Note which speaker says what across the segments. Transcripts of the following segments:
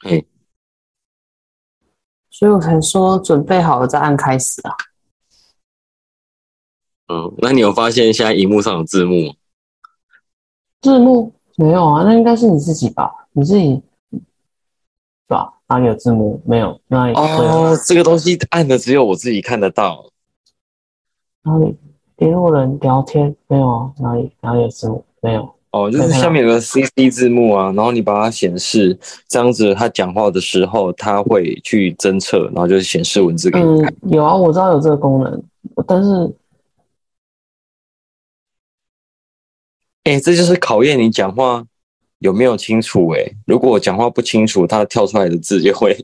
Speaker 1: 嘿，
Speaker 2: 所以我才说准备好了再按开始啊。
Speaker 1: 嗯，那你有发现现在荧幕上有字幕吗？
Speaker 2: 字幕没有啊，那应该是你自己吧？你自己对吧？哪里有字幕？没有，哪里啊会有？
Speaker 1: 哦，这个东西按的只有我自己看得到。
Speaker 2: 哪里联络人聊天没有啊？哪里哪里有字幕？没有。
Speaker 1: 哦，就是下面有个 CC 字幕啊，然后你把它显示，这样子他讲话的时候，他会去侦测，然后就显示文字给你
Speaker 2: 嗯
Speaker 1: 看。，
Speaker 2: 有啊，我知道有这个功能，但是
Speaker 1: 哎、这就是考验你讲话有没有清楚、欸。如果我讲话不清楚，它跳出来的字就会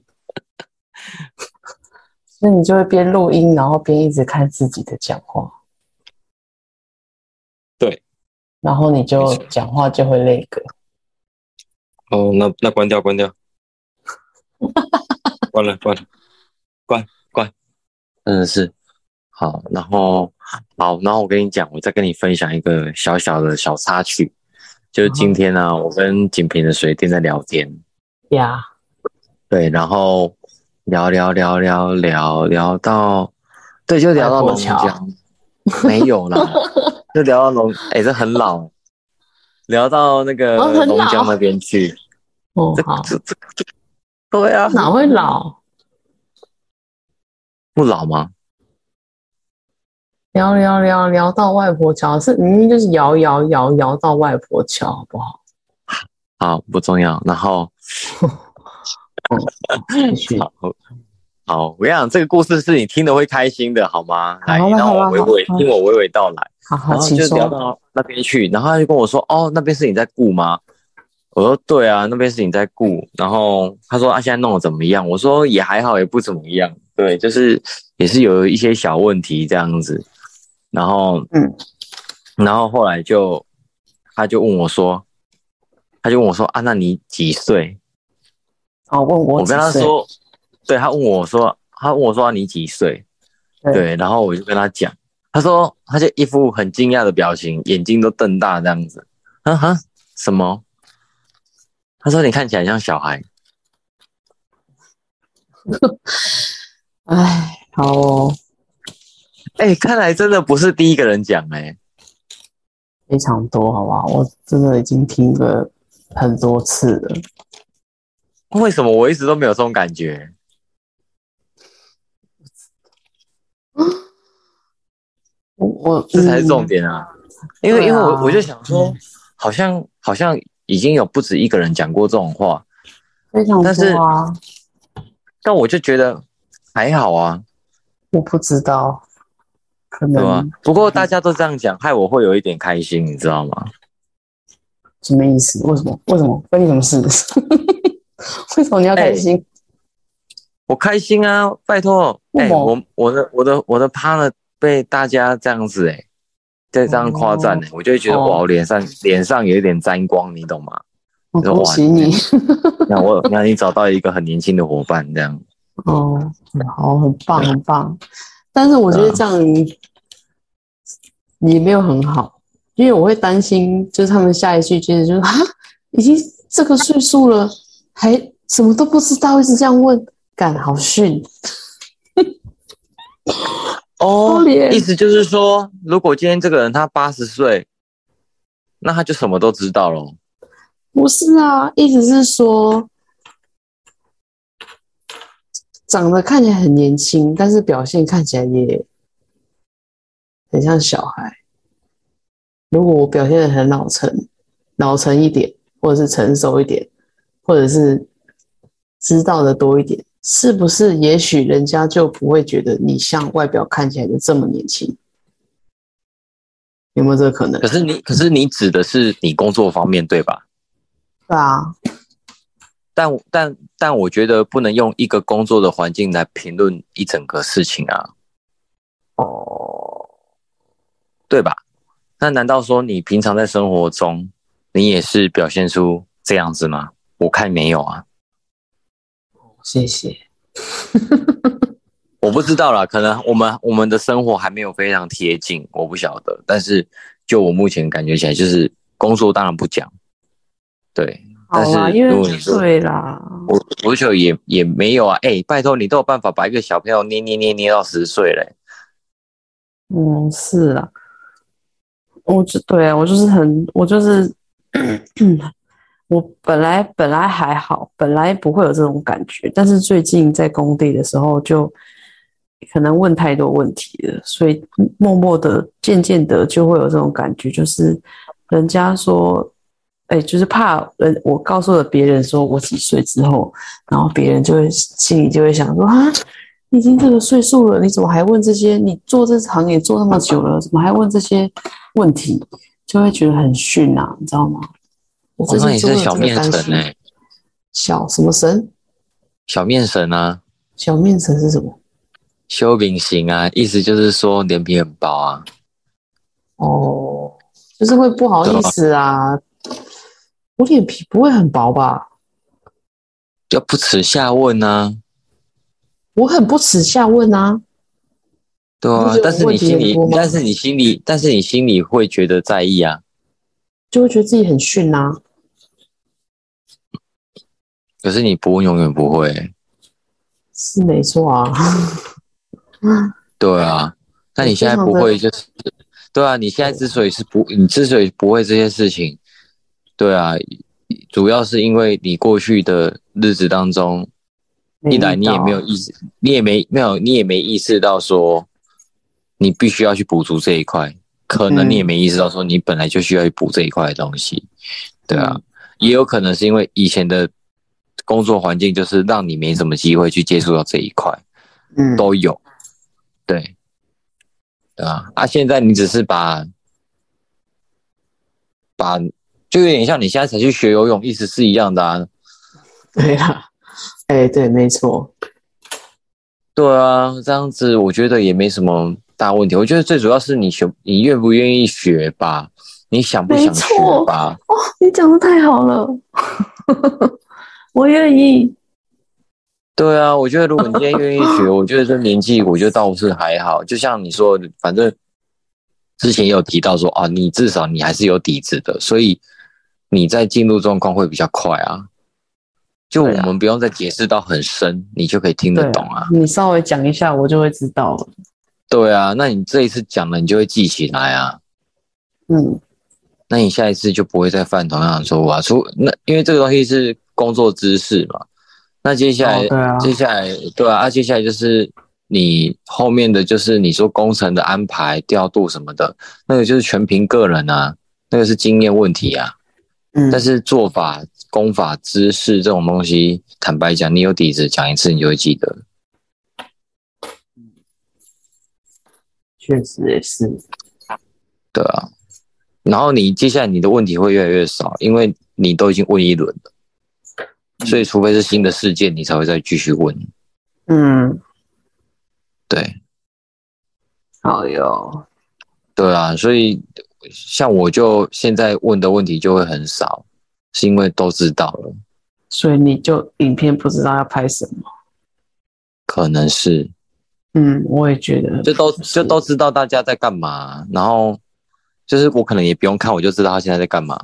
Speaker 2: 那你就会边录音，然后边一直看自己的讲话。
Speaker 1: 对，
Speaker 2: 然后你就
Speaker 1: 没错
Speaker 2: 讲话就会那个。
Speaker 1: 哦，那那关掉，关 掉，关了，关了，关关，真的嗯是好。然后好，然后我跟你讲，我再跟你分享一个小小的小插曲，就是今天呢、我跟锦屏的水电在聊天，
Speaker 2: 呀，
Speaker 1: 对，然后聊聊聊聊聊聊到，对，就聊到
Speaker 2: 过
Speaker 1: 龙
Speaker 2: 桥
Speaker 1: 江，没有啦，就聊到龙，哎、这很老，聊到那个
Speaker 2: 哦很
Speaker 1: 龙
Speaker 2: 老
Speaker 1: 江那边去。
Speaker 2: 哦
Speaker 1: 这
Speaker 2: 好，
Speaker 1: 这这这，对啊，
Speaker 2: 哪会老？
Speaker 1: 不老吗？
Speaker 2: 聊聊聊聊到外婆桥，是明明就是摇摇摇摇到外婆桥，好不 好？
Speaker 1: 好，不重要。然后，
Speaker 2: 继续。
Speaker 1: 好，好，我跟你讲，这个故事是你听的会开心的，好啊吗？来，
Speaker 2: 好啦
Speaker 1: 让我
Speaker 2: 好啦
Speaker 1: 娓
Speaker 2: 好
Speaker 1: 娓
Speaker 2: 啦
Speaker 1: 听我娓娓道来。
Speaker 2: 好好，
Speaker 1: 然后
Speaker 2: 请
Speaker 1: 就聊
Speaker 2: 说。
Speaker 1: 到那边去，然后他就跟我说：“哦，那边是你在顾吗？”我说：“对啊，那边是你在顾。”然后他说：“啊，现在弄得怎么样？”我说：“也还好，也不怎么样。对，就是也是有一些小问题这样子。”然后，
Speaker 2: 嗯，
Speaker 1: 然后后来就他就问我说：“他就问我说啊，那你几岁？”
Speaker 2: 好，问我
Speaker 1: 我
Speaker 2: 几
Speaker 1: 跟他
Speaker 2: 岁？
Speaker 1: 说，对他问我说，他问我说啊你几岁？
Speaker 2: 对
Speaker 1: 对，然后我就跟他讲，他说他就一副很惊讶的表情，眼睛都瞪大这样子，啊哈，什么？他说你看起来像小孩，
Speaker 2: 哎，好哦，
Speaker 1: 哎、看来真的不是第一个人讲哎、
Speaker 2: 非常多，好不好？我真的已经听了很多次了。
Speaker 1: 为什么我一直都没有这种感觉？
Speaker 2: 我我嗯
Speaker 1: 这才是重，点啊！因为、
Speaker 2: 对啊
Speaker 1: 因为我我就想说
Speaker 2: 嗯，
Speaker 1: 好像好像已经有不止一个人讲过这种
Speaker 2: 嗯
Speaker 1: 话，
Speaker 2: 非常
Speaker 1: 但是
Speaker 2: 多啊！
Speaker 1: 但我就觉得还好啊，
Speaker 2: 我不知道，可
Speaker 1: 对啊吧
Speaker 2: 能？
Speaker 1: 不过大家都这样讲，害我会有一点开心，你知道吗？
Speaker 2: 什么意思？为什么？为什么？关你什么事？ 为什么你要
Speaker 1: 哎
Speaker 2: 开心？
Speaker 1: 我开心啊，拜托！
Speaker 2: 为
Speaker 1: 哎、
Speaker 2: 什么
Speaker 1: 我我的我的我的 partner 被大家这样子哎、在这样夸赞哎，我就会觉得、
Speaker 2: 哦
Speaker 1: 哇，我脸上脸上有一点沾光，你懂吗？
Speaker 2: 我
Speaker 1: 说
Speaker 2: 恭喜
Speaker 1: 哇
Speaker 2: 你！
Speaker 1: 那我那你找到一个很年轻的伙伴这样，
Speaker 2: 哦，好，很棒，很棒。但是我觉得这样也没有很好，因为我会担心，就是他们下一句接着就是啊，已经这个岁数了，还什么都不知道，一直这样问，干好逊，
Speaker 1: 哦
Speaker 2: 丢哦脸
Speaker 1: 意思就是说，如果今天这个人他八十岁，那他就什么都知道了。
Speaker 2: 不是啊，意思是说长得看起来很年轻，但是表现看起来也很像小孩。如果我表现的很老成，老成一点，或者是成熟一点，或者是知道的多一点，是不是？也许人家就不会觉得你像外表看起来的这么年轻，有没有这个可能
Speaker 1: 可？是你可是你指的是你工作方面对吧？
Speaker 2: 对啊，
Speaker 1: 但但但我觉得不能用一个工作的环境来评论一整个事情啊，
Speaker 2: 哦，
Speaker 1: 对吧？那难道说你平常在生活中，你也是表现出这样子吗？我看没有啊，
Speaker 2: 谢谢。
Speaker 1: 我不知道啦，可能我们我们的生活还没有非常贴近，我不晓得。但是就我目前感觉起来，就是工作当然不讲，对，
Speaker 2: 好
Speaker 1: 但是
Speaker 2: 啦，因
Speaker 1: 如
Speaker 2: 为
Speaker 1: 果你说
Speaker 2: 对啦，
Speaker 1: 我足球也也没有啊，哎、拜托你都有办法把一个小朋友捏捏捏捏到十岁嘞、
Speaker 2: 嗯，是啦，我就对啊我就是很，我就是，我本来本来还好，本来不会有这种感觉，但是最近在工地的时候就可能问太多问题了，所以默默的、渐渐的就会有这种感觉，就是人家说，哎，就是怕人，我告诉了别人说我几岁之后，然后别人就会心里就会想说啊。你已经这个岁数了，你怎么还问这些？你做这行也做那么久了，怎么还问这些问题？就会觉得很逊啊，你知道吗？我
Speaker 1: 我
Speaker 2: 最
Speaker 1: 哦那你
Speaker 2: 近就是会有
Speaker 1: 小
Speaker 2: 这个
Speaker 1: 面
Speaker 2: 担
Speaker 1: 神
Speaker 2: 心
Speaker 1: 哎、
Speaker 2: 小什么神？
Speaker 1: 小面神啊，
Speaker 2: 小面神是什么？
Speaker 1: 修饼型啊，意思就是说脸皮很薄啊。
Speaker 2: 哦，就是会不好意思啊。我脸皮不会很薄吧？
Speaker 1: 要不耻下问啊，
Speaker 2: 我很不耻下问啊。
Speaker 1: 对啊
Speaker 2: 不是，
Speaker 1: 但是你
Speaker 2: 问
Speaker 1: 心
Speaker 2: 题很
Speaker 1: 里
Speaker 2: 多吗，
Speaker 1: 但是你心里，但是你心里会觉得在意啊，
Speaker 2: 就会觉得自己很逊啊。
Speaker 1: 可是你不问永远不会、
Speaker 2: 是没错啊。
Speaker 1: 对啊，那你现在不会就是，对啊，你现在之所以是不，你之所以不会这些事情，对啊，主要是因为你过去的日子当中，
Speaker 2: 嗯
Speaker 1: 一来你也没有
Speaker 2: 遇到
Speaker 1: 意识，你也没没有，你也没意识到说，你必须要去补足这一块，可能
Speaker 2: 嗯
Speaker 1: 你也没意识到说，你本来就需要去补这一块的东西，对啊，
Speaker 2: 嗯
Speaker 1: 也有可能是因为以前的工作环境就是让你没什么机会去接触到这一块，
Speaker 2: 嗯
Speaker 1: 都有，对，对啊，啊，现在你只是把把就有点像你现在才去学游泳，意思是一样的啊，
Speaker 2: 对啦。哎、对，没错。
Speaker 1: 对啊，这样子我觉得也没什么大问题。我觉得最主要是你学，你愿不愿意学吧，你想不想学吧？
Speaker 2: 你讲的太好了， 我愿意。
Speaker 1: 对啊，我觉得如果你今天愿意 学，我觉得这年纪我觉得倒是还好。就像你说的，反正之前也有提到说啊，你至少你还是有底子的，所以你在进入状况会比较快啊。就我
Speaker 2: 对啊
Speaker 1: 们不用再解释到很深，你就可以听得懂啊。
Speaker 2: 你稍微讲一下，我就会知道了。
Speaker 1: 对啊，那你这一次讲了，你就会记起来啊。
Speaker 2: 嗯，
Speaker 1: 那你下一次就不会再犯同样的错误啊。除那因为这个东西是工作知识嘛，那接下来、
Speaker 2: 哦对啊
Speaker 1: 接下来对啊，啊接下来就是你后面的就是你说工程的安排、调度什么的，那个就是全凭个人啊，那个是经验问题啊。
Speaker 2: 嗯
Speaker 1: 但是做法、功法、知识这种东西，坦白讲，你有底子，讲一次你就会记得。
Speaker 2: 确实也是。
Speaker 1: 对啊，然后你接下来你的问题会越来越少，因为你都已经问一轮了，所以除非是新的事件，你才会再继续问。
Speaker 2: 嗯，
Speaker 1: 对，
Speaker 2: 好哟。
Speaker 1: 对啊，所以像我就现在问的问题就会很少，是因为都知道了，
Speaker 2: 所以你就影片不知道要拍什么？
Speaker 1: 可能是
Speaker 2: 嗯，我也觉得
Speaker 1: 就都就都知道大家在干嘛，然后就是我可能也不用看，我就知道他现在在干嘛，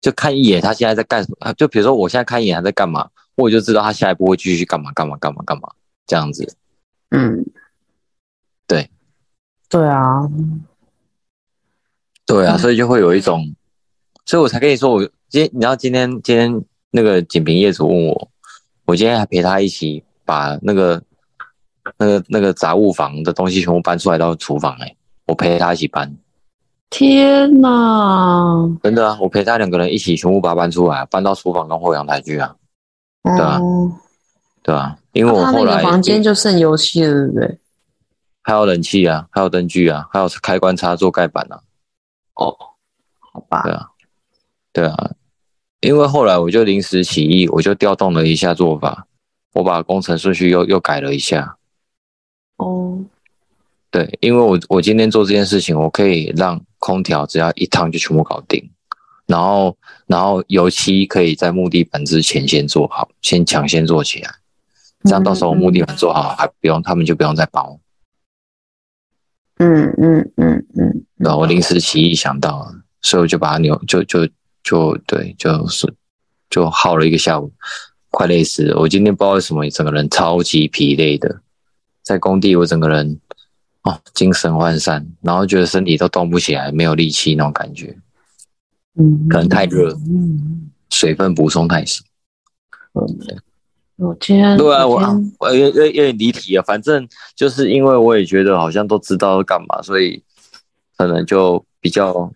Speaker 1: 就看一眼他现在在干什么，就比如说我现在看一眼他在干嘛，我就知道他下一步会继续干嘛干嘛干嘛干嘛这样子。
Speaker 2: 嗯，
Speaker 1: 对
Speaker 2: 对啊，
Speaker 1: 对啊，
Speaker 2: 嗯
Speaker 1: 所以就会有一种，所以我才跟你说，我今天你知道今天今天那个锦屏业主问我，我今天还陪他一起把那个那个那个杂物房的东西全部搬出来到厨房、欸，我陪他一起搬，
Speaker 2: 天哪！
Speaker 1: 真的啊，我陪他两个人一起全部把它搬出来，啊搬到厨房跟后阳台去啊，
Speaker 2: 对
Speaker 1: 啊对啊，因为我
Speaker 2: 哦他那
Speaker 1: 后
Speaker 2: 个
Speaker 1: 来
Speaker 2: 房间就剩油漆了，对不对？
Speaker 1: 还有冷气啊，还有灯具啊，还有开关插座盖板啊，
Speaker 2: 好吧
Speaker 1: 对，啊，对啊，因为后来我就临时起意，我就调动了一下做法，我把工程顺序又又改了一下。
Speaker 2: 哦，
Speaker 1: 对，因为我我今天做这件事情，我可以让空调只要一趟就全部搞定，然后然后油漆可以在木地板之前先做好，先抢先做起来，这样到时候我木地板做好还不用，他们就不用再帮我。
Speaker 2: 嗯嗯嗯嗯，
Speaker 1: 然后我临时起意想到了，所以我就把它扭，就就就对，就是就耗了一个下午，快累死了。我今天不知道为什么整个人超级疲累的，在工地我整个人哦精神涣散，然后觉得身体都动不起来，没有力气那种感觉，
Speaker 2: 嗯，
Speaker 1: 可能太热了
Speaker 2: 嗯，
Speaker 1: 水分补充太少。
Speaker 2: 我今天
Speaker 1: 对啊，我
Speaker 2: 今天
Speaker 1: 我有有有点离题啊，反正就是因为我也觉得好像都知道要干嘛，所以可能就比较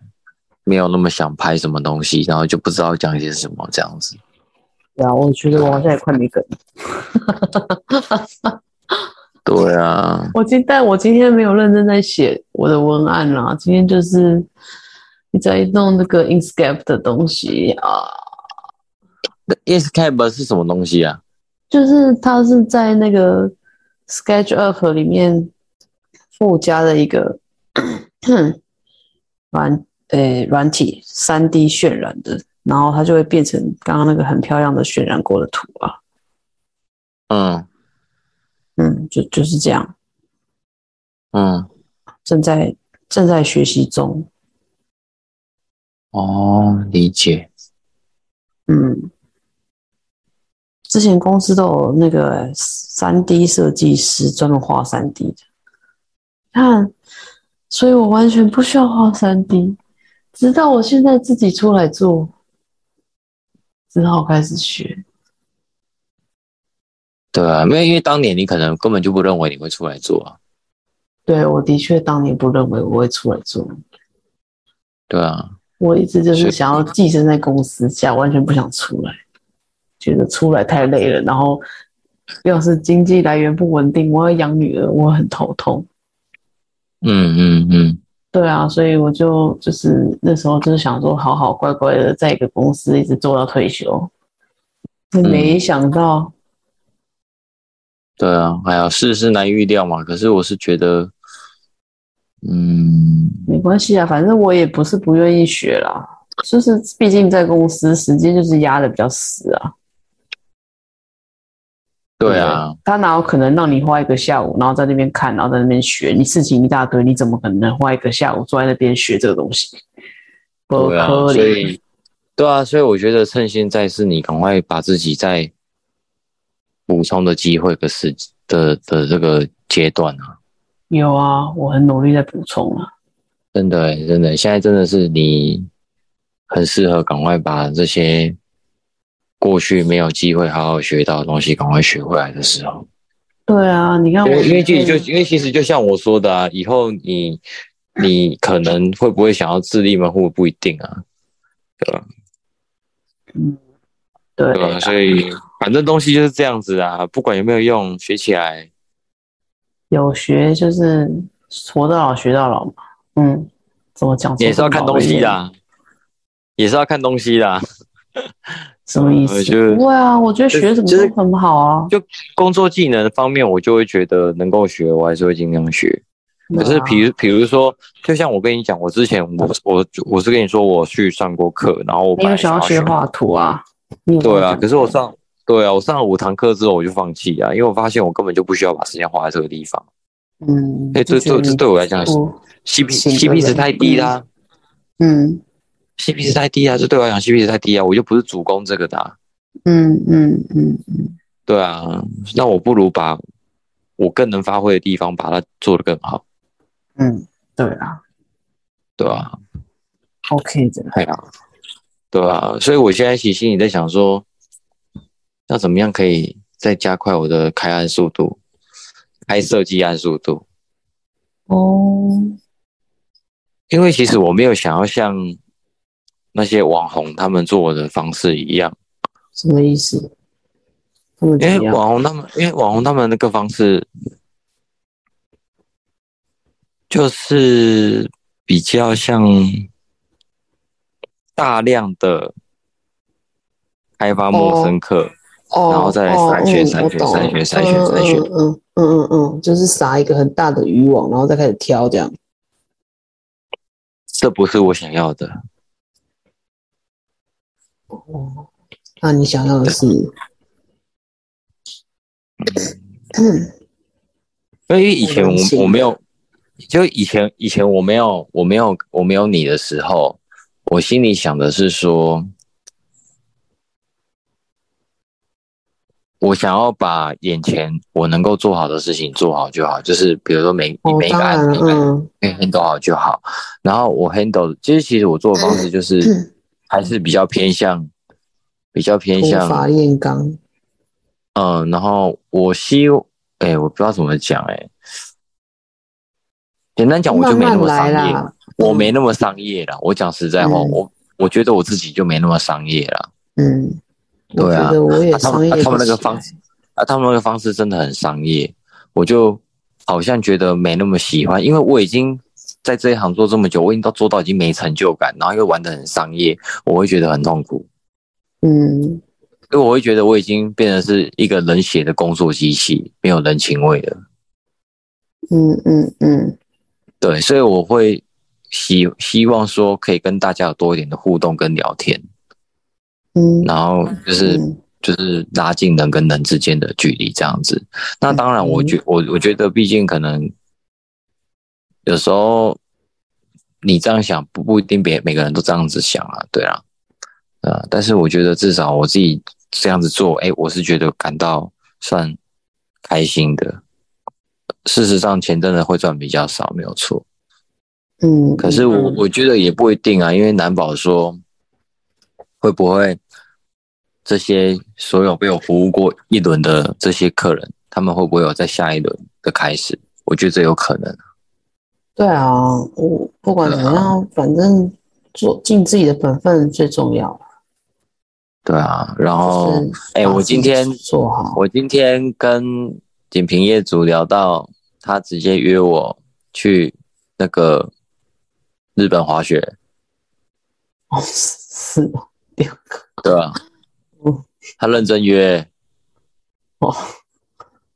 Speaker 1: 没有那么想拍什么东西，然后就不知道讲些什么这样子。
Speaker 2: 对啊，我觉得我好像也快没梗。
Speaker 1: 对啊，
Speaker 2: 我今但我今天没有认真在写我的文案啦，今天就是你在弄那个 Inscape 的东西啊，
Speaker 1: 那 Escape 是什么东西啊？
Speaker 2: 就是它是在那个 SketchUp 里面附加的一个软诶软体三 D 渲染的，然后它就会变成刚刚那个很漂亮的渲染过的图啊，
Speaker 1: 嗯
Speaker 2: 嗯，就就是这样，
Speaker 1: 嗯，
Speaker 2: 正在正在学习中，
Speaker 1: 哦，理解。
Speaker 2: 嗯，之前公司都有那个三 D 设计师专门画三 D 的，看，所以我完全不需要画三 D，直到我现在自己出来做，只好开始学。
Speaker 1: 对啊，因为因为当年你可能根本就不认为你会出来做啊。
Speaker 2: 对，我的确当年不认为我会出来做，
Speaker 1: 对啊，
Speaker 2: 我一直就是
Speaker 1: 是
Speaker 2: 想要寄生在公司下，完全不想出来，觉得出来太累了。然后，要是经济来源不稳定，我要养女儿，我很头痛。
Speaker 1: 嗯嗯嗯，
Speaker 2: 对啊，所以我就就是那时候就是想说，好好乖乖的在一个公司一直做到退休，但
Speaker 1: 嗯
Speaker 2: 没想到，
Speaker 1: 对啊，哎呀，世事难预料嘛。可是我是觉得，嗯，
Speaker 2: 没关系啊，反正我也不是不愿意学啦，就是毕竟在公司时间就是压的比较死啊。
Speaker 1: 对
Speaker 2: 不
Speaker 1: 啊，
Speaker 2: 对，他哪有可能让你花一个下午，然后在那边看，然后在那边学？你事情一大堆，你怎么可能花一个下午坐在那边学这个东西？不
Speaker 1: 对啊，
Speaker 2: 哦可
Speaker 1: 所
Speaker 2: 能，
Speaker 1: 以，对啊，所以我觉得趁现在是你赶快把自己在补充的机会的事的的这个阶段啊，
Speaker 2: 有啊，我很努力在补充啊。
Speaker 1: 真的欸、真的欸，现在真的是你很适合赶快把这些过去没有机会好好学到的东西赶快学回来的时候。
Speaker 2: 对啊，你看我
Speaker 1: 因为因为
Speaker 2: 之
Speaker 1: 其实
Speaker 2: 前
Speaker 1: 就因为其实就像我说的啊，以后你你可能会不会想要自立门户不一定啊，
Speaker 2: 嗯，对
Speaker 1: 对吧？
Speaker 2: 啊，
Speaker 1: 所以反正东西就是这样子啊，不管有没有用，学起来，
Speaker 2: 有学就是活到老学到老嘛。嗯，怎么讲？
Speaker 1: 也是要看东西的啊，也是要看东西的啊。
Speaker 2: 什么意
Speaker 1: 我
Speaker 2: 思？
Speaker 1: 觉得
Speaker 2: 不会啊，我觉得
Speaker 1: 就
Speaker 2: 学什么
Speaker 1: 就是
Speaker 2: 都很好啊。
Speaker 1: 就工作技能方面，我就会觉得能够学，我还是会尽量学。可
Speaker 2: 对
Speaker 1: 是
Speaker 2: 啊，
Speaker 1: 比如比如说，就像我跟你讲，我之前我我我是跟你说我去上过课，然后我
Speaker 2: 你
Speaker 1: 本
Speaker 2: 有
Speaker 1: 来
Speaker 2: 想要
Speaker 1: 学
Speaker 2: 学画图啊？你有
Speaker 1: 对啊，
Speaker 2: 想
Speaker 1: 可是我上对啊，我上了五堂课之后我就放弃啊，因为我发现我根本就不需要把时间花在这个地方。
Speaker 2: 嗯，
Speaker 1: 哎，这这这对我来讲
Speaker 2: 不
Speaker 1: ，CP
Speaker 2: 行的
Speaker 1: CP 值
Speaker 2: 人
Speaker 1: 太低啦、
Speaker 2: 嗯
Speaker 1: c p 值太低啊，这对我来讲 CP 值太低啊，我就不是主攻这个的、啊。
Speaker 2: 嗯嗯嗯，
Speaker 1: 对啊，那我不如把我更能发挥的地方把它做得更好，
Speaker 2: 嗯，对啊
Speaker 1: 对啊，
Speaker 2: ，OK 的，
Speaker 1: 哎呀，对啊，所以我现在其实心里在想说，要怎么样可以再加快我的开案速度，开设计案速度。
Speaker 2: 哦，
Speaker 1: 因为其实我没有想要像那些网红他们做的方式一样，
Speaker 2: 什么意思？他们
Speaker 1: 因
Speaker 2: 怎
Speaker 1: 为
Speaker 2: 么样？
Speaker 1: 网红他们，因为网红他们那个方式就是比较像大量的开发陌生客，
Speaker 2: 哦，
Speaker 1: 然后再来
Speaker 2: 哦
Speaker 1: 筛选
Speaker 2: 嗯
Speaker 1: 筛
Speaker 2: 我
Speaker 1: 选
Speaker 2: 懂
Speaker 1: 筛选筛选筛选
Speaker 2: 嗯嗯嗯嗯嗯，就是撒一个很大的渔网，然后再开始挑这样。
Speaker 1: 这不是我想要的。
Speaker 2: 哦，那你想要的是，
Speaker 1: 嗯因为以前
Speaker 2: 我能信
Speaker 1: 我我没有，就以前以前我没有我没有我没有你的时候，我心里想的是说，我想要把眼前我能够做好的事情做好就好，就是比如说每
Speaker 2: 哦，
Speaker 1: 每一个
Speaker 2: 当
Speaker 1: 案
Speaker 2: 然
Speaker 1: 子
Speaker 2: 了，
Speaker 1: 里面
Speaker 2: 嗯，
Speaker 1: 可以 handle 好就好。然后我 handle，其实其实我做的方式
Speaker 2: 嗯
Speaker 1: 就是还是比较偏向，比较偏
Speaker 2: 土
Speaker 1: 向
Speaker 2: 法炼钢，
Speaker 1: 嗯，然后我希，哎、我不知道怎么讲，哎，简单讲，我就
Speaker 2: 慢
Speaker 1: 没那
Speaker 2: 慢
Speaker 1: 么商
Speaker 2: 来
Speaker 1: 业，
Speaker 2: 啦。
Speaker 1: 我没那么商业啦。我讲实在话，
Speaker 2: 嗯
Speaker 1: 我我觉得我自己就没那么商业啦。
Speaker 2: 嗯，我
Speaker 1: 对啊
Speaker 2: 觉得我也
Speaker 1: 啊他
Speaker 2: 商
Speaker 1: 们
Speaker 2: 业
Speaker 1: 啊他们
Speaker 2: 不
Speaker 1: 那个
Speaker 2: 起
Speaker 1: 方
Speaker 2: 来
Speaker 1: 啊，他们那个方式真的很商业，我就好像觉得没那么喜欢，因为我已经在这一行做这么久，我已经都做到已经没成就感，然后又玩的很商业，我会觉得很痛苦，
Speaker 2: 嗯，
Speaker 1: 因为我会觉得我已经变成是一个冷血的工作机器，没有人情味了。
Speaker 2: 嗯嗯嗯，
Speaker 1: 对，所以我会希希望说可以跟大家有多一点的互动跟聊天，
Speaker 2: 嗯，
Speaker 1: 然后就是
Speaker 2: 嗯
Speaker 1: 就是拉近人跟人之间的距离这样子。那当然
Speaker 2: 嗯
Speaker 1: 我，觉我我觉得，毕竟可能有时候你这样想，不不一定别每个人都这样子想啊，对啊，呃，但是我觉得至少我自己这样子做，哎，我是觉得感到算开心的。事实上，钱真的会赚比较少，没有错。
Speaker 2: 嗯，
Speaker 1: 可是我
Speaker 2: 嗯
Speaker 1: 我觉得也不一定啊，因为难保说会不会这些所有被我服务过一轮的这些客人，他们会不会有在下一轮的开始？我觉得这有可能。
Speaker 2: 对啊，我不管怎么
Speaker 1: 啊
Speaker 2: 样，反正做尽自己的本分最重要。
Speaker 1: 对啊，然后
Speaker 2: 就是
Speaker 1: 哎、
Speaker 2: 把
Speaker 1: 我
Speaker 2: 自己
Speaker 1: 今天
Speaker 2: 做好，
Speaker 1: 我今天跟点评业主聊到，他直接约我去那个日本滑雪，
Speaker 2: 哦，是哦，两个
Speaker 1: 对吧、
Speaker 2: 嗯
Speaker 1: 他认真约，
Speaker 2: 哦，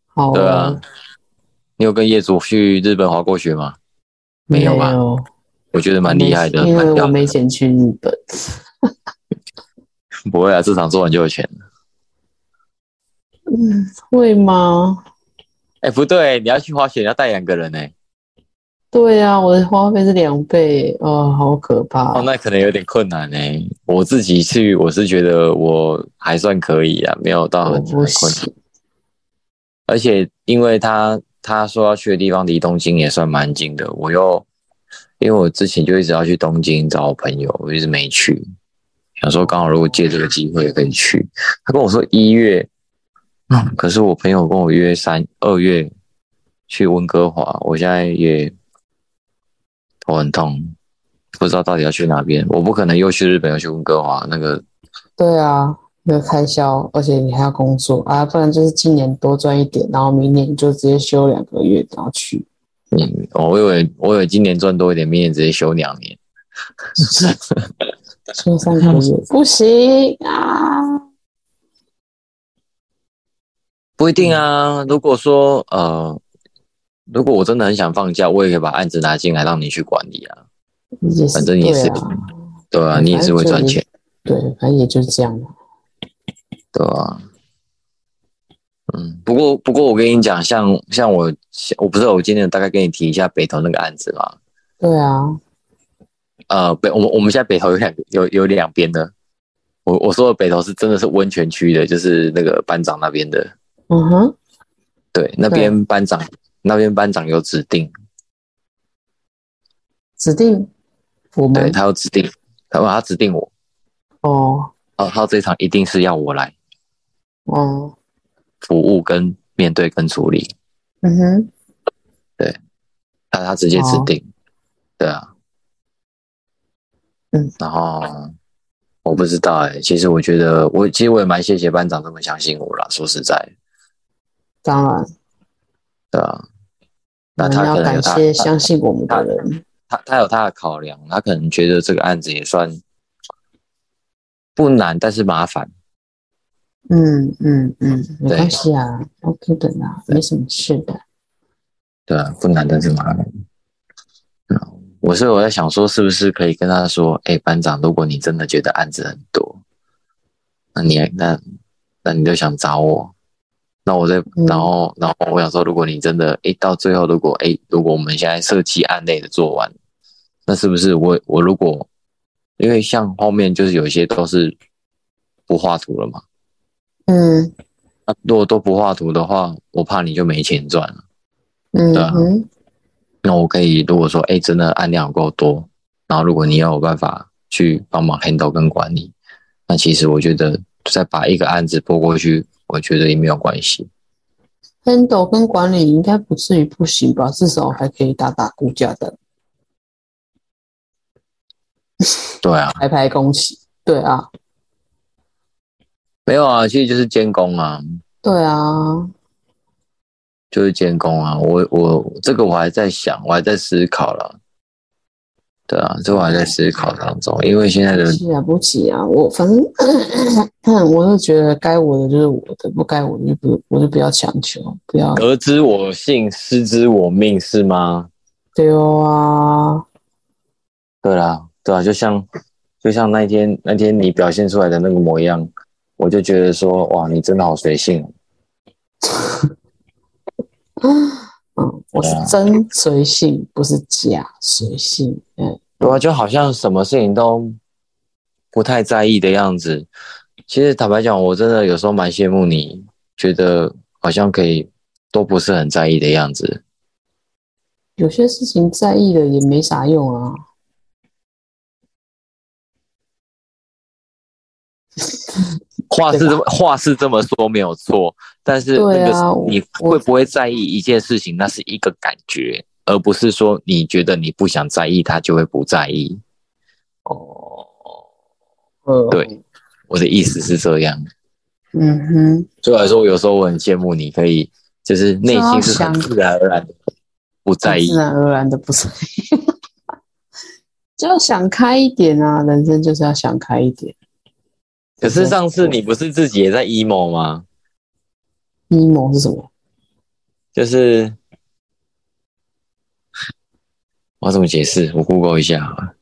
Speaker 2: 好
Speaker 1: 对啊
Speaker 2: 哦，。
Speaker 1: 你有跟业主去日本滑过雪吗？没有吧
Speaker 2: 有
Speaker 1: 我觉得蛮厉害的，
Speaker 2: 因
Speaker 1: 蛮
Speaker 2: 为
Speaker 1: 屌
Speaker 2: 我
Speaker 1: 的。
Speaker 2: 没钱去日本。
Speaker 1: 不会啊，这场做完就有钱了。
Speaker 2: 嗯，会吗？
Speaker 1: 哎、不对，你要去滑雪，你要带两个人呢、欸
Speaker 2: 对啊，我的花费是两倍，哦，好可怕
Speaker 1: 哦，。那可能有点困难呢、我自己去，我是觉得我还算可以啊，没有到很
Speaker 2: 我
Speaker 1: 很
Speaker 2: 不
Speaker 1: 困难。
Speaker 2: 行，
Speaker 1: 而且因为他他说要去的地方离东京也算蛮近的，我又因为我之前就一直要去东京找我朋友，我一直没去，想说刚好如果借这个机会也可以去。他跟我说一月，嗯，可是我朋友跟我约三二月去温哥华，我现在也头很痛，不知道到底要去哪边。我不可能又去日本又去温哥华，那个
Speaker 2: 对啊，没有开销，而且你还要工作啊，不然就是今年多赚一点，然后明年就直接休两个月，然后去。
Speaker 1: 嗯，我以为我以为今年赚多一点，明年直接休两年。
Speaker 2: 说三个 月不行啊！
Speaker 1: 不一定啊。如果说呃，如果我真的很想放假，我也可以把案子拿进来让你去管理啊。
Speaker 2: 也是
Speaker 1: 反正你也是
Speaker 2: 对啊，
Speaker 1: 对啊，
Speaker 2: 嗯
Speaker 1: 你也是会赚钱，
Speaker 2: 对，反正也就是这样嘛。啊
Speaker 1: 对啊。嗯，不过不过我跟你讲，像像我像我不是我今天有大概跟你提一下北投那个案子嘛。
Speaker 2: 对啊，
Speaker 1: 呃，北我们我们现在北投有两个有有两边的。我我说的北投是真的是温泉区的，就是那个班长那边的。
Speaker 2: 嗯哼，
Speaker 1: 对，那边班长那边班长有指定，
Speaker 2: 指定我
Speaker 1: 对
Speaker 2: 们
Speaker 1: 他有指定，他他指定我，
Speaker 2: 哦
Speaker 1: 哦，他这一场一定是要我来。
Speaker 2: 哦，
Speaker 1: 服务跟面对跟处理，
Speaker 2: 嗯哼，
Speaker 1: 他他直接
Speaker 2: 哦
Speaker 1: 指定，对啊，
Speaker 2: 嗯，
Speaker 1: 然后我不知道哎、其实我觉得我其实我也蛮谢谢班长这么相信我啦，说实在，
Speaker 2: 当然，
Speaker 1: 对啊，
Speaker 2: 我
Speaker 1: 那
Speaker 2: 们
Speaker 1: 他
Speaker 2: 嗯要
Speaker 1: 可能有
Speaker 2: 感
Speaker 1: 他
Speaker 2: 谢相信我们的人。
Speaker 1: 他他有他的考量，他可能觉得这个案子也算不难，但是麻烦，
Speaker 2: 嗯嗯嗯，没
Speaker 1: 对
Speaker 2: 关系啊，OK 的啦，没什么事的。
Speaker 1: 对啊，不难但是麻烦。嗯我是我在想说，是不是可以跟他说，哎、班长，如果你真的觉得案子很多，那你那那你就想找我，那我再
Speaker 2: 嗯
Speaker 1: 然后然后我想说，如果你真的哎、到最后，如果哎、如果我们现在设计案类的做完，那是不是我我如果因为像后面就是有一些都是不画图了嘛，
Speaker 2: 嗯
Speaker 1: 啊，如果都不画图的话，我怕你就没钱赚了。
Speaker 2: 嗯
Speaker 1: 对啊
Speaker 2: 哼，
Speaker 1: 那我可以如果说，哎、真的案量够多，然后如果你要有办法去帮忙 handle 跟管理，那其实我觉得再把一个案子拨过去，我觉得也没有关系。
Speaker 2: handle 跟管理应该不至于不行吧？至少还可以打打估价单，
Speaker 1: 对啊，
Speaker 2: 排排恭喜。对啊，
Speaker 1: 没有啊，其实就是监工啊，
Speaker 2: 对啊，
Speaker 1: 就是监工啊。我我这个我还在想，我还在思考了。对啊，这我还在思考当中，因为现在的
Speaker 2: 是啊，不急啊，我反正 我是觉得该我的就是我的，不该我的就不我就不要强求，不要
Speaker 1: 得知我幸，失之我命，是吗？
Speaker 2: 丢啊。
Speaker 1: 对啦，对啊，就像就像那天那天你表现出来的那个模样，我就觉得说，哇，你真的好随性哦。
Speaker 2: 嗯，我是
Speaker 1: 对啊
Speaker 2: 真随性，不是假随性。嗯，
Speaker 1: 对啊，就好像什么事情都不太在意的样子。其实坦白讲，我真的有时候蛮羡慕你，觉得好像可以都不是很在意的样子。
Speaker 2: 有些事情在意了也没啥用啊。
Speaker 1: 话是这么话是这么说没有错，但是那
Speaker 2: 啊对
Speaker 1: 个
Speaker 2: 啊
Speaker 1: 你
Speaker 2: 我
Speaker 1: 会不会在意一件事情，那是一个感觉，而不是说你觉得你不想在意它就会不在意。
Speaker 2: 哦，呃，
Speaker 1: 对，我的意思是这样。
Speaker 2: 嗯哼，
Speaker 1: 对我来说，我有时候我很羡慕你可以，就是内心是很自然而然的不在意
Speaker 2: 自。然而然的不在意， 就要想开一点啊，人生就是要想开一点。
Speaker 1: 可是上次你不是自己也在 emo 吗？
Speaker 2: emo 是什么？
Speaker 1: 就是我要怎么解释？我 Google 一下好了。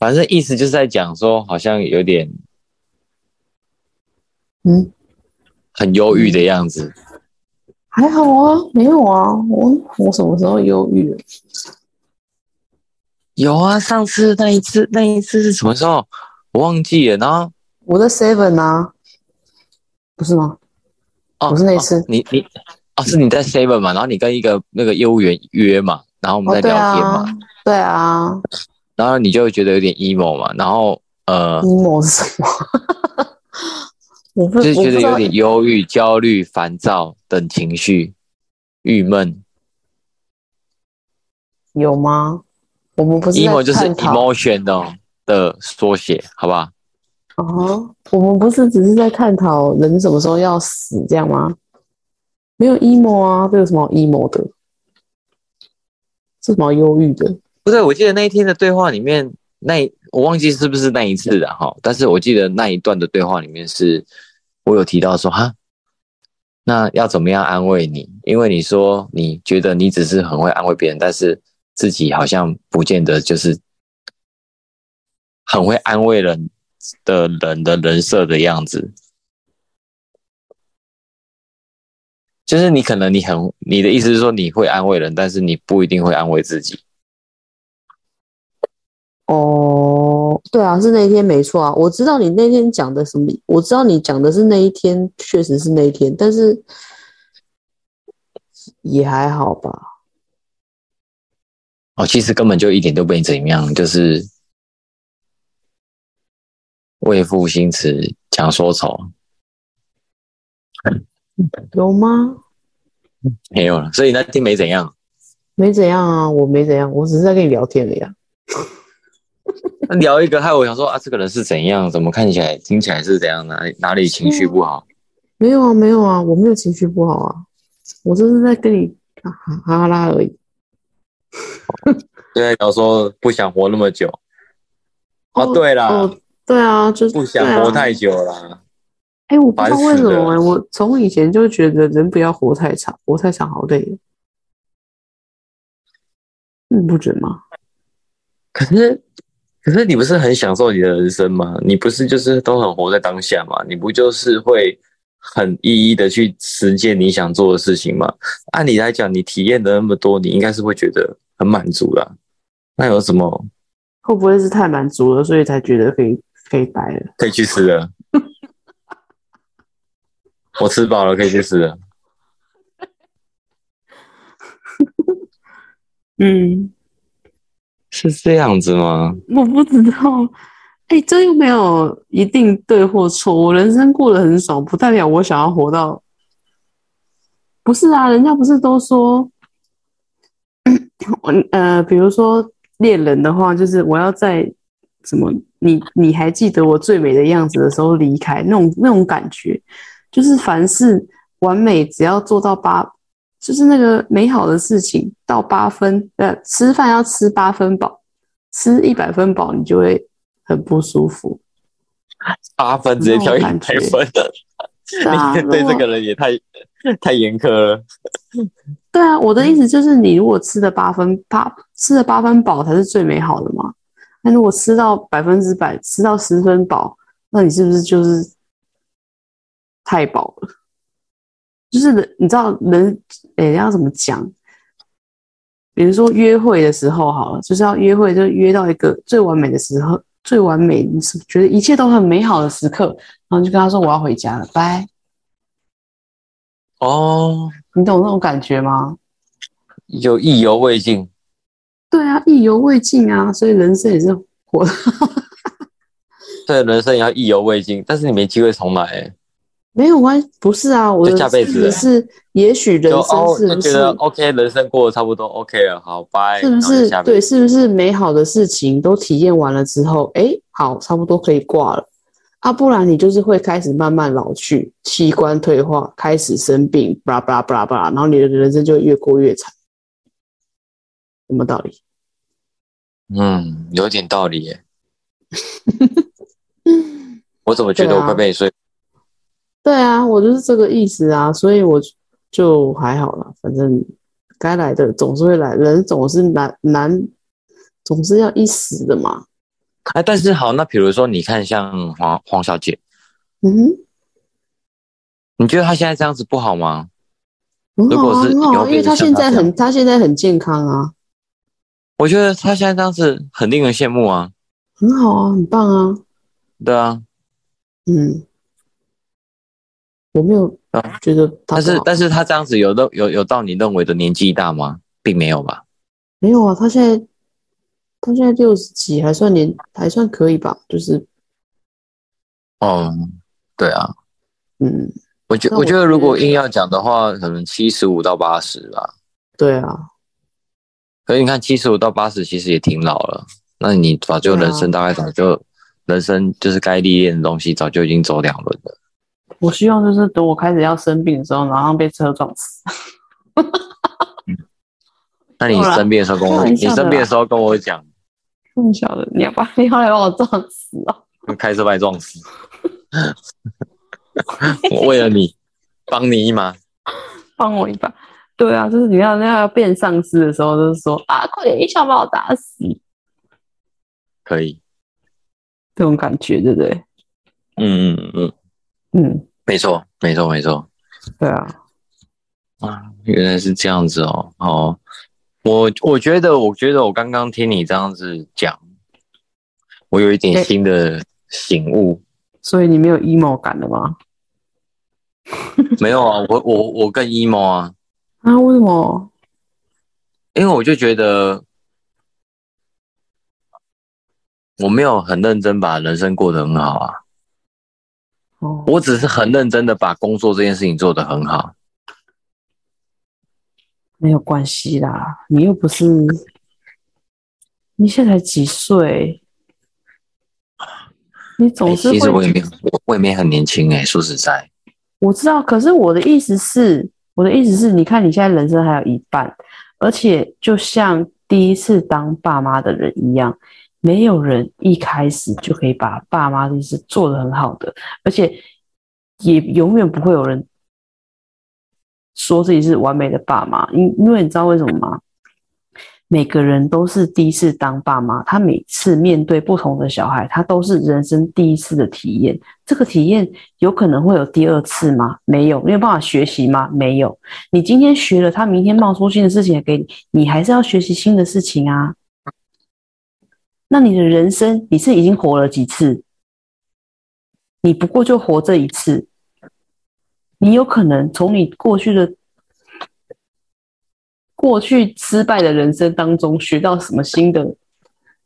Speaker 1: 反正意思就是在讲说，好像有点
Speaker 2: 嗯，
Speaker 1: 很忧郁的样子。
Speaker 2: 还好啊，没有啊，我我什么时候忧郁了？
Speaker 1: 有啊，上次那一次，那一次是什么时候？我忘记了。然后
Speaker 2: 我在 seven 啊，不是吗？
Speaker 1: 哦，
Speaker 2: 不是那一次
Speaker 1: 哦你你哦，是你在 Seven 嘛？然后你跟一个那个业务员约嘛，然后我们
Speaker 2: 哦，
Speaker 1: 在
Speaker 2: 对
Speaker 1: 聊天嘛，
Speaker 2: 啊，对啊
Speaker 1: 然后你就会觉得有点 emo 嘛，然后呃，
Speaker 2: ，emo 是什么？ 我不，
Speaker 1: 就是
Speaker 2: 我
Speaker 1: 觉
Speaker 2: 不
Speaker 1: 得
Speaker 2: 知道
Speaker 1: 有点忧郁、焦虑、烦躁等情绪，郁闷。
Speaker 2: 有吗？我们不是在
Speaker 1: emo 就是
Speaker 2: 探讨
Speaker 1: emotion 哦的缩写，好吧？
Speaker 2: 哦，我们不是只是在探讨人什么时候要死这样吗？没有 emo 啊，这有什么好 emo 的？这有什么好忧郁的？
Speaker 1: 不是，我记得那一天的对话里面，那一我忘记是不是那一次了哈，但是我记得那一段的对话里面是，我有提到说哈，那要怎么样安慰你？因为你说你觉得你只是很会安慰别人，但是自己好像不见得就是很会安慰人的人的人设的样子。就是你可能你很你的意思是说你会安慰人，但是你不一定会安慰自己。
Speaker 2: 哦，对啊，是那一天没错啊。我知道你那天讲的什么，我知道你讲的是那一天，确实是那一天，但是也还好吧。
Speaker 1: 哦，其实根本就一点都没怎么样，就是为赋新词强说愁，
Speaker 2: 有吗？
Speaker 1: 没有了，所以那天没怎样。
Speaker 2: 没怎样啊，我没怎样，我只是在跟你聊天而已啊。
Speaker 1: 那聊一个，害我想说啊，这个人是怎样？怎么看起来、听起来是怎样？哪里哪里情绪不好？
Speaker 2: 没有啊，没有啊，我没有情绪不好啊，我就是在跟你哈哈哈拉而已。
Speaker 1: 就在聊说不想活那么久。哦，
Speaker 2: 哦
Speaker 1: 对啦，
Speaker 2: 哦，对啊，就是
Speaker 1: 不想活
Speaker 2: 对
Speaker 1: 太
Speaker 2: 啊。
Speaker 1: 久啦。
Speaker 2: 哎、我不知道为什
Speaker 1: 烦死
Speaker 2: 么、
Speaker 1: 了
Speaker 2: 哎，我从以前就觉得人不要活太长，活太长好累哦。你嗯不觉得吗？
Speaker 1: 可是，可是你不是很享受你的人生吗？你不是就是都很活在当下吗？你不就是会很一一的去实践你想做的事情吗？按理来讲，你体验的那么多，你应该是会觉得很满足啦。那有什么
Speaker 2: 会不会是太满足了，所 以才觉得可以可以掰了？
Speaker 1: 可以去吃的？我吃饱了，可以去吃了。
Speaker 2: 嗯，
Speaker 1: 是这样子吗？
Speaker 2: 我不知道。哎、这又没有一定对或错。我人生过得很爽，不代表我想要活到。不是啊，人家不是都说，我呃，比如说恋人的话，就是我要在什么你你还记得我最美的样子的时候离开，那种那种感觉，就是凡事完美，只要做到八，就是那个美好的事情到八分，呃，吃饭要吃八分饱，吃一百分饱，你就会很不舒服。
Speaker 1: 八分直接挑一百分，
Speaker 2: 对啊，
Speaker 1: 你对
Speaker 2: 如
Speaker 1: 这
Speaker 2: 果
Speaker 1: 个人也太太严苛了。
Speaker 2: 对啊，我的意思就是，你如果吃的八分八吃的八分饱才是最美好的嘛。那如果吃到百分之百，吃到十分饱，那你是不是就是太饱了？就是人，你知道人，诶、要怎么讲？比如说约会的时候好了，就是要约会，就约到一个最完美的时候，最完美，你是觉得一切都很美好的时刻，然后就跟他说我要回家了，拜。
Speaker 1: 哦，
Speaker 2: 你懂那种感觉吗？
Speaker 1: 有意犹未尽。
Speaker 2: 对啊，意犹未尽啊，所以人生也是活。
Speaker 1: 对，人生也要意犹未尽，但是你没机会重来、欸。
Speaker 2: 没有关系，不是啊，我
Speaker 1: 就
Speaker 2: 的
Speaker 1: 下辈子
Speaker 2: 意思是，也许人
Speaker 1: 就
Speaker 2: 生
Speaker 1: 哦，
Speaker 2: 是
Speaker 1: 就
Speaker 2: 不
Speaker 1: 觉
Speaker 2: 是、
Speaker 1: 得 OK，人生过得差不多 OK 了，好，拜。
Speaker 2: 是不
Speaker 1: 然后
Speaker 2: 是
Speaker 1: 就下辈
Speaker 2: 对，啊
Speaker 1: 子
Speaker 2: 是不是美好的事情都体验完了之后，哎，好，差不多可以挂了啊，不然你就是会开始慢慢老去，器官退化，开始生病，巴拉巴拉巴拉巴拉，然后你的人生就会越过越惨，什么道理？
Speaker 1: 嗯，有点道 理、欸。我怎么觉得
Speaker 2: 对啊
Speaker 1: 我快被你睡？
Speaker 2: 对啊，我就是这个意思啊，所以我就还好啦，反正该来的总是会来，人总是难难，总是要一死的嘛。
Speaker 1: 哎、
Speaker 2: 啊
Speaker 1: 但是好，那比如说，你看像黄黄小姐，
Speaker 2: 嗯哼，
Speaker 1: 你觉得她现在这样子不好吗？
Speaker 2: 很
Speaker 1: 如
Speaker 2: 好
Speaker 1: 果
Speaker 2: 啊，
Speaker 1: 是
Speaker 2: 很
Speaker 1: 以
Speaker 2: 好
Speaker 1: 后
Speaker 2: 啊，因为
Speaker 1: 变
Speaker 2: 他
Speaker 1: 成
Speaker 2: 现
Speaker 1: 像
Speaker 2: 在
Speaker 1: 她这样
Speaker 2: 很他现在很健康啊，
Speaker 1: 我觉得她现在这样子很令人羡慕啊。
Speaker 2: 很好啊，很棒啊。
Speaker 1: 对啊，
Speaker 2: 嗯，我没有
Speaker 1: 啊
Speaker 2: 觉得他
Speaker 1: 但
Speaker 2: 不
Speaker 1: 是
Speaker 2: 好，
Speaker 1: 但是她这样子有认有有到你认为的年纪大吗？并没有吧。
Speaker 2: 没有啊，他现在他现在六十几，还算年还算可以吧，就是
Speaker 1: 哦，对啊，
Speaker 2: 嗯，
Speaker 1: 我觉
Speaker 2: 那
Speaker 1: 我
Speaker 2: 我
Speaker 1: 觉得
Speaker 2: 觉
Speaker 1: 如果
Speaker 2: 得
Speaker 1: 硬要讲的话，可能七十五到八十吧。
Speaker 2: 对啊，
Speaker 1: 可是你看，七十五到八十其实也挺老了。那你早就
Speaker 2: 对啊
Speaker 1: 人生大概早就、人生就是该历练的东西早就已经走两轮了。
Speaker 2: 我希望就是等我开始要生病的时候，然后被车撞死。
Speaker 1: 那你
Speaker 2: 够了
Speaker 1: 生病的时候跟
Speaker 2: 啊开
Speaker 1: 我，
Speaker 2: 玩
Speaker 1: 你
Speaker 2: 笑的
Speaker 1: 生病
Speaker 2: 啦
Speaker 1: 的时候跟我讲，
Speaker 2: 更小的，你要把你要来把我撞死哦！
Speaker 1: 开车把你撞死。 我为了你，帮你一马。
Speaker 2: 帮我一把。对啊，就是你要那要变丧尸的时候，就是说啊，快点一枪把我打死，
Speaker 1: 可以。
Speaker 2: 这种感觉，对不对？
Speaker 1: 嗯嗯嗯，
Speaker 2: 嗯，
Speaker 1: 没错，没错，没错。
Speaker 2: 对啊，
Speaker 1: 啊，原来是这样子哦。哦，我我觉得，我觉得我刚刚听你这样子讲，我有一点
Speaker 2: 哎
Speaker 1: 新的醒悟。
Speaker 2: 所以你没有 emo 感的吗？
Speaker 1: 没有啊，我我我更 emo 啊，
Speaker 2: 啊，为什么？
Speaker 1: 因为我就觉得我没有很认真把人生过得很好啊，
Speaker 2: 哦，
Speaker 1: 我只是很认真的把工作这件事情做得很好。
Speaker 2: 没有关系啦，你又不是，你现在才几岁？你总
Speaker 1: 哎
Speaker 2: 是
Speaker 1: 其实我也
Speaker 2: 会，
Speaker 1: 没有我我也没很年轻哎、说实在，
Speaker 2: 我知道，可是我的意思是，我的意思是，你看你现在人生还有一半，而且就像第一次当爸妈的人一样，没有人一开始就可以把爸妈这件事做得很好的，而且也永远不会有人说自己是完美的爸妈，因因为你知道为什么吗？每个人都是第一次当爸妈，他每次面对不同的小孩，他都是人生第一次的体验。这个体验有可能会有第二次吗？没有，你有办法学习吗？没有。你今天学了，他明天冒出新的事情来给你，你还是要学习新的事情啊。那你的人生，你是已经活了几次？你不过就活这一次，你有可能从你过去的过去失败的人生当中学到什么新的？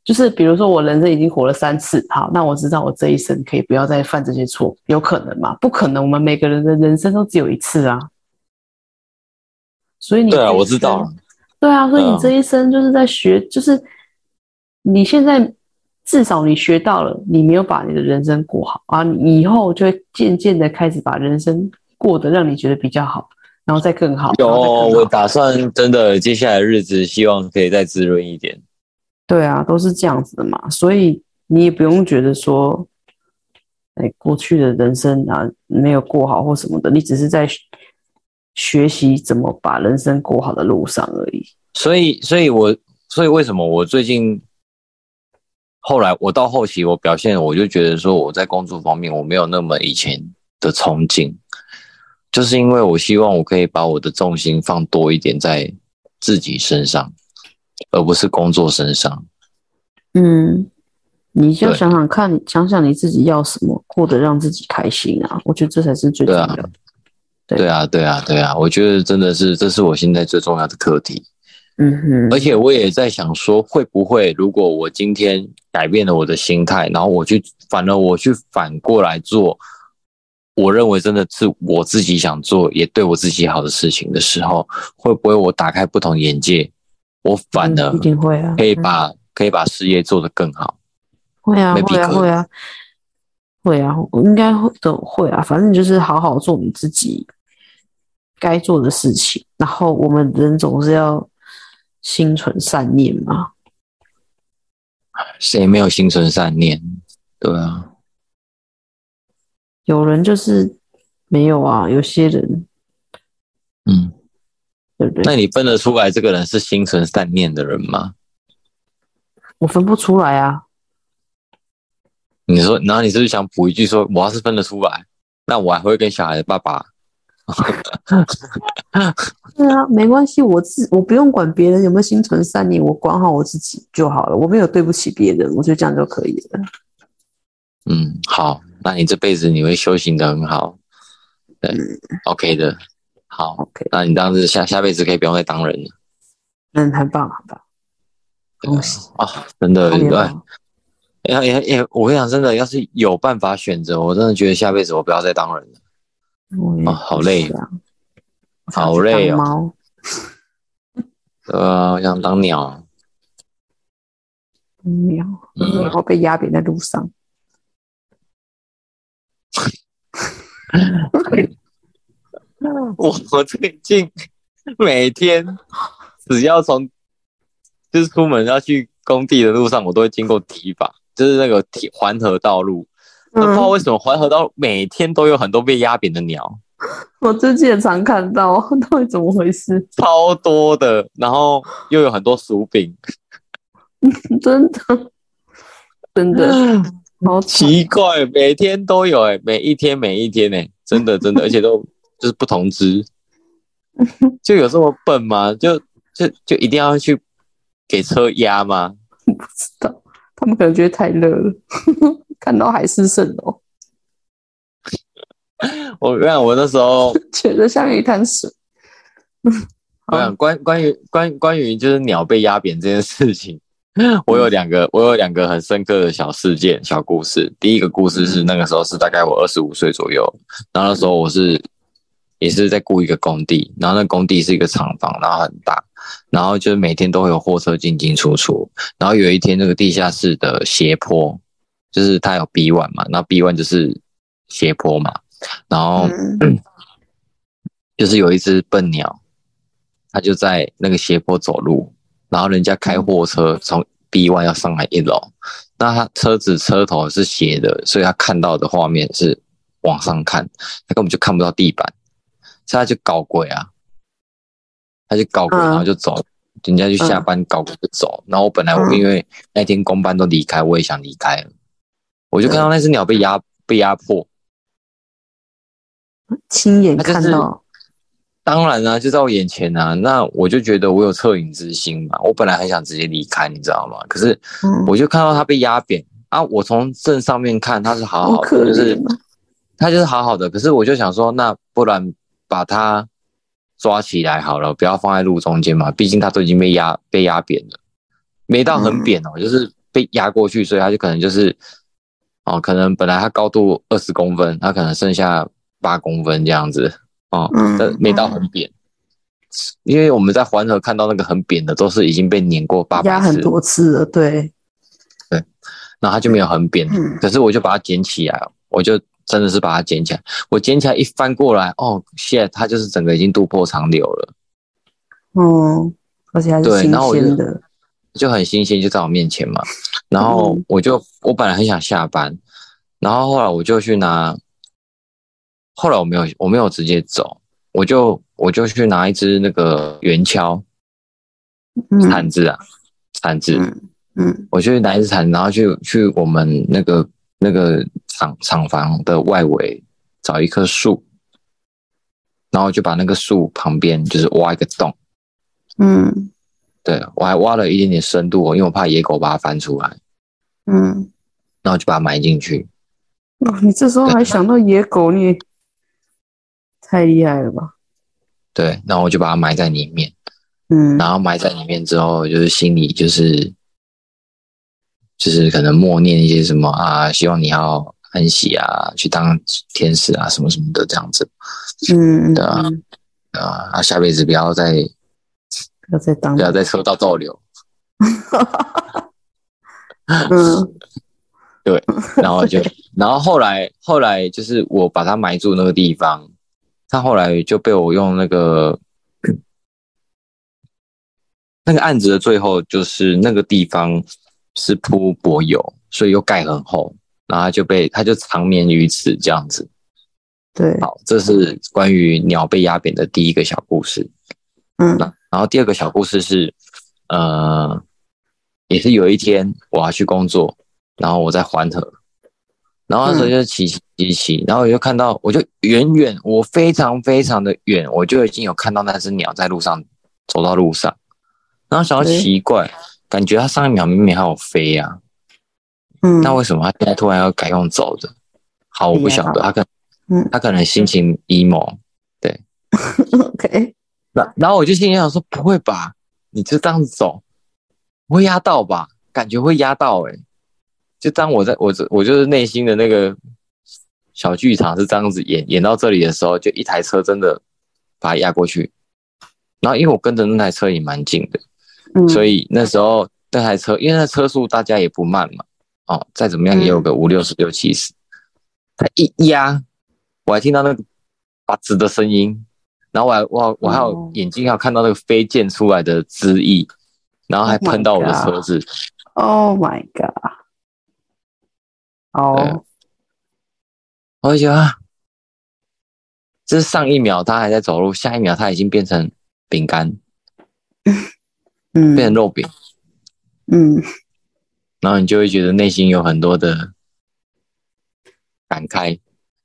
Speaker 2: 就是比如说，我人生已经活了三次，好，那我知道我这一生可以不要再犯这些错，有可能吗？不可能，我们每个人的人生都只有一次啊。所以你
Speaker 1: 对啊，
Speaker 2: 这一
Speaker 1: 我知道
Speaker 2: 生
Speaker 1: 了。
Speaker 2: 对啊，所以
Speaker 1: 对啊
Speaker 2: 你这一生就是在学，就是你现在至少你学到了，你没有把你的人生过好啊，你以后就会渐渐的开始把人生过得让你觉得比较好，然后再更好。
Speaker 1: 有，
Speaker 2: 然后再更好
Speaker 1: 我打算真的接下来的日子，希望可以再滋润一点。
Speaker 2: 对啊，都是这样子的嘛，所以你也不用觉得说，哎，过去的人生啊没有过好或什么的，你只是在学学习怎么把人生过好的路上而已。
Speaker 1: 所以，所以我，所以为什么我最近后来我到后期我表现，我就觉得说我在工作方面我没有那么以前的冲劲，就是因为我希望我可以把我的重心放多一点在自己身上，而不是工作身上。
Speaker 2: 嗯，你就
Speaker 1: 对
Speaker 2: 想想看，想想你自己要什么，过得让自己开心啊！我觉得这才是最重
Speaker 1: 对
Speaker 2: 要
Speaker 1: 啊
Speaker 2: 的。对
Speaker 1: 对啊，对啊，对啊，我觉得真的是这是我现在最重要的课题。
Speaker 2: 嗯哼，
Speaker 1: 而且我也在想说，会不会如果我今天改变了我的心态，然后我去，反而我去反过来做，我认为真的是我自己想做，也对我自己好的事情的时候，会不会我打开不同眼界，我反而
Speaker 2: 一定会啊，
Speaker 1: 可以把可以把事业做得更好？
Speaker 2: 会啊，
Speaker 1: 没
Speaker 2: 会啊，
Speaker 1: 逼格
Speaker 2: 会啊，会啊，应该会都会啊。反正就是好好做你自己该做的事情，然后我们人总是要心存善念嘛。
Speaker 1: 谁没有心存善念？对啊，
Speaker 2: 有人就是没有啊，有些人
Speaker 1: 嗯，
Speaker 2: 对不对？
Speaker 1: 那你分得出来这个人是心存善念的人吗？
Speaker 2: 我分不出来啊。
Speaker 1: 你说，然后你是不是想补一句说，我要是分得出来，那我还会跟小孩的爸爸
Speaker 2: 对啊，没关系，我自我不用管别人有没有心存善念，我管好我自己就好了。我没有对不起别人，我觉得这样就可以了。
Speaker 1: 嗯，好，那你这辈子你会修行的很好，对、o k 的，好，
Speaker 2: OK，
Speaker 1: 那你当时下下辈子可以不用再当人了
Speaker 2: 嗯，很棒，很棒，恭喜！
Speaker 1: 啊、真的，
Speaker 2: 恭喜
Speaker 1: 对，
Speaker 2: 你
Speaker 1: 也也也，我跟你讲，真的，要是有办法选择，我真的觉得下辈子我不要再当人了，
Speaker 2: 我也
Speaker 1: 哦好累
Speaker 2: 是啊，我想
Speaker 1: 好累
Speaker 2: 去当
Speaker 1: 哦，
Speaker 2: 猫，
Speaker 1: 呃，我想当鸟，
Speaker 2: 当喵，
Speaker 1: 嗯
Speaker 2: 然后被压扁在路上。
Speaker 1: 我 我最近每天只要从就是出门要去工地的路上，我都会经过堤坝，就是那个堤环河道路。那不知道
Speaker 2: 嗯，
Speaker 1: 为什么环河道每天都有很多被压扁的鸟，
Speaker 2: 我最近也常看到， 到底怎么回事？
Speaker 1: 超多的，然后又有很多薯饼，
Speaker 2: 真的，真的，好惨
Speaker 1: 嗯奇怪，每天都有哎、每一天每一天哎、真的真的，而且都就是不同只，就有这么笨吗？就就就一定要去给车压吗？
Speaker 2: 不知道，他们可能觉得太热了， 看到海市蜃楼，
Speaker 1: 我让我那时候
Speaker 2: 觉得像一滩水。
Speaker 1: 我想关关于关关于就是鸟被压扁这件事情， 我有两个我有两个很深刻的小事件小故事。第一个故事是那个时候是大概我二十五岁左右，然后那时候我是也是在雇一个工地，然后那工地是一个厂房，然后很大，然后就是每天都会有货车进进出出，然后有一天那个地下室的斜坡，就是它有 B one 嘛，那 B one 就是斜坡嘛，然后。
Speaker 2: 嗯
Speaker 1: 就是有一只笨鸟，它就在那个斜坡走路，然后人家
Speaker 2: 嗯
Speaker 1: 开货车从 B one 要上来一楼，那它车子车头是斜的，所以它看到的画面是往上看，它根本就看不到地板，所以它就搞鬼啊，它就搞
Speaker 2: 嗯
Speaker 1: 鬼，然后就走。人家就下班搞鬼就走，然后我本来我
Speaker 2: 嗯
Speaker 1: 因为那天公班都离开，我也想离开了，我就看
Speaker 2: 嗯
Speaker 1: 到那只鸟被压被压迫，
Speaker 2: 亲眼
Speaker 1: 那就
Speaker 2: 看
Speaker 1: 是
Speaker 2: 到，
Speaker 1: 当然啊，就在我眼前啊，那我就觉得我有恻隐之心嘛。我本来很想直接离开，你知道吗？可是
Speaker 2: 嗯，
Speaker 1: 我就看到他被压扁啊，我从正上面看他是好
Speaker 2: 好
Speaker 1: 好
Speaker 2: 可
Speaker 1: 的，就是
Speaker 2: 怜啊，
Speaker 1: 他就是好好的，可是我就想说，那不然把他抓起来好了，不要放在路中间嘛，毕竟他都已经被压被压扁了，没到很扁哦，就是被压过去，所以他就可能就是哦，可能本来他高度二十公分，他可能剩下八公分这样子哦，
Speaker 3: 嗯
Speaker 1: 但没到很扁。因为我们在环河看到那个很扁的，都是已经被碾过八百
Speaker 3: 压很
Speaker 1: 次，
Speaker 3: 多次了，对，
Speaker 1: 然后它就没有很扁，
Speaker 3: 嗯
Speaker 1: 可是我就把它捡起来哦，我就真的是把它捡起来。我捡起来一翻过来，哦，shit，它就是整个已经渡破长流了，
Speaker 3: 哦，而且还是
Speaker 1: 对
Speaker 3: 新
Speaker 1: 然后我就
Speaker 3: 鲜的，
Speaker 1: 就很新鲜，就在我面前嘛。然后
Speaker 3: 嗯
Speaker 1: 我就我本来很想下班，然后后来我就去拿，后来我没有我没有直接走，我就我就去拿一只那个圆锹
Speaker 3: 嗯
Speaker 1: 铲子啊，铲子，
Speaker 3: 嗯嗯
Speaker 1: 我去拿一只铲，然后去去我们那个那个厂厂房的外围找一棵树，然后就把那个树旁边就是挖一个洞，
Speaker 3: 嗯
Speaker 1: 对我还挖了一点点深度哦，因为我怕野狗把它翻出来，
Speaker 3: 嗯，
Speaker 1: 然后就把它埋进去。
Speaker 4: 哦你这时候还想到野狗，你也太厉害了吧？
Speaker 1: 对，然后我就把它埋在里面，
Speaker 3: 嗯
Speaker 1: 然后埋在里面之后，就是心里就是就是可能默念一些什么啊，希望你要安息啊，去当天使啊，什么什么的这样子
Speaker 3: 嗯
Speaker 1: 对啊
Speaker 3: 嗯
Speaker 1: 啊，啊下辈子不要再
Speaker 4: 不要再当
Speaker 1: 不要再受到逗留。
Speaker 3: 嗯
Speaker 1: 然后就，然后后来后来就是我把它埋住那个地方，它后来就被我用那个那个案子的最后，就是那个地方是铺柏油，所以又盖很厚，然后它就被它就长眠于此这样子。
Speaker 3: 对，
Speaker 1: 好，这是关于鸟被压扁的第一个小故事。
Speaker 3: 嗯
Speaker 1: 然后第二个小故事是，呃，也是有一天我要去工作，然后我在环河，然后那时
Speaker 3: 嗯
Speaker 1: 候就骑骑骑，然后我就看到，我就远远，我非常非常的远，我就已经有看到那只鸟在路上走到路上，然后想到
Speaker 3: 对
Speaker 1: 奇怪，感觉它上一秒明明还有飞啊，
Speaker 3: 嗯，
Speaker 1: 那为什么它现在突然要改用走的？好，我不晓得，它可
Speaker 3: 嗯
Speaker 1: 它可能心情 emo，
Speaker 3: OK，
Speaker 1: 那然后我就心里想说，不会吧？你就这样子走，不会压到吧？感觉会压到诶、就当我在我这我就是内心的那个小剧场是这样子演演到这里的时候，就一台车真的把它压过去。然后因为我跟着那台车也蛮近的，
Speaker 3: 嗯
Speaker 1: 所以那时候那台车因为那车速大家也不慢嘛，哦，再怎么样也
Speaker 4: 嗯
Speaker 1: 有个五六十六七十，它一压，我还听到那个吧吱的声音，然后我还我我还有
Speaker 4: 哦
Speaker 1: 眼睛还有看到那个飞溅出来的汁液，然后还
Speaker 4: Oh my
Speaker 1: 喷到我的
Speaker 4: God
Speaker 1: 车子，
Speaker 3: ，Oh my God，
Speaker 1: 啊
Speaker 4: 哦，
Speaker 1: 我就觉得啊，这是上一秒它还在走路，下一秒它已经变成饼干，
Speaker 3: 嗯
Speaker 1: 变成肉饼，
Speaker 3: 嗯
Speaker 1: 然后你就会觉得内心有很多的感慨。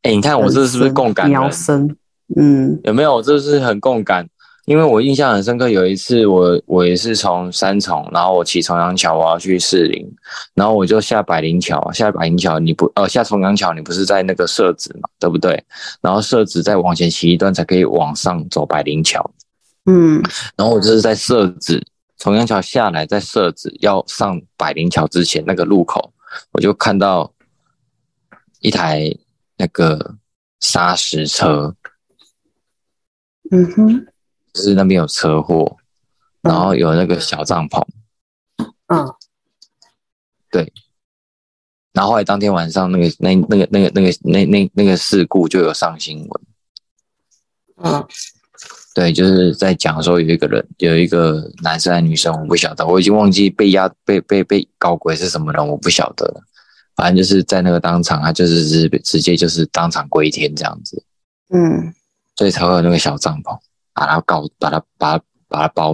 Speaker 1: 哎，你看我这是不是共感人
Speaker 4: 鸟声，
Speaker 3: 嗯
Speaker 1: 有没有？这是很共感，因为我印象很深刻。有一次我，我也是从三重，然后我骑重阳桥，我要去士林，然后我就下百灵桥，下百灵桥你不呃下重阳桥，你不是在那个社子嘛，对不对？然后社子再往前骑一段才可以往上走百灵桥，
Speaker 3: 嗯
Speaker 1: 然后我就是在社子重阳桥下来，在社子要上百灵桥之前那个路口，我就看到一台那个砂石车，
Speaker 3: 嗯哼，
Speaker 1: 就是那边有车祸，
Speaker 3: 嗯
Speaker 1: 然后有那个小帐篷，
Speaker 3: 嗯
Speaker 1: 然后后来当天晚上那个那那个那个那个那那那个事故就有上新闻，
Speaker 3: 嗯
Speaker 1: 对，就是在讲说有一个人有一个男生还是女生，我不晓得，我已经忘记被压被被被搞鬼是什么人，我不晓得了，反正就是在那个当场，他就是直直接就是当场归天这样子，
Speaker 3: 嗯
Speaker 1: 所以才会有那个小帐篷，把他搞把他把他把他包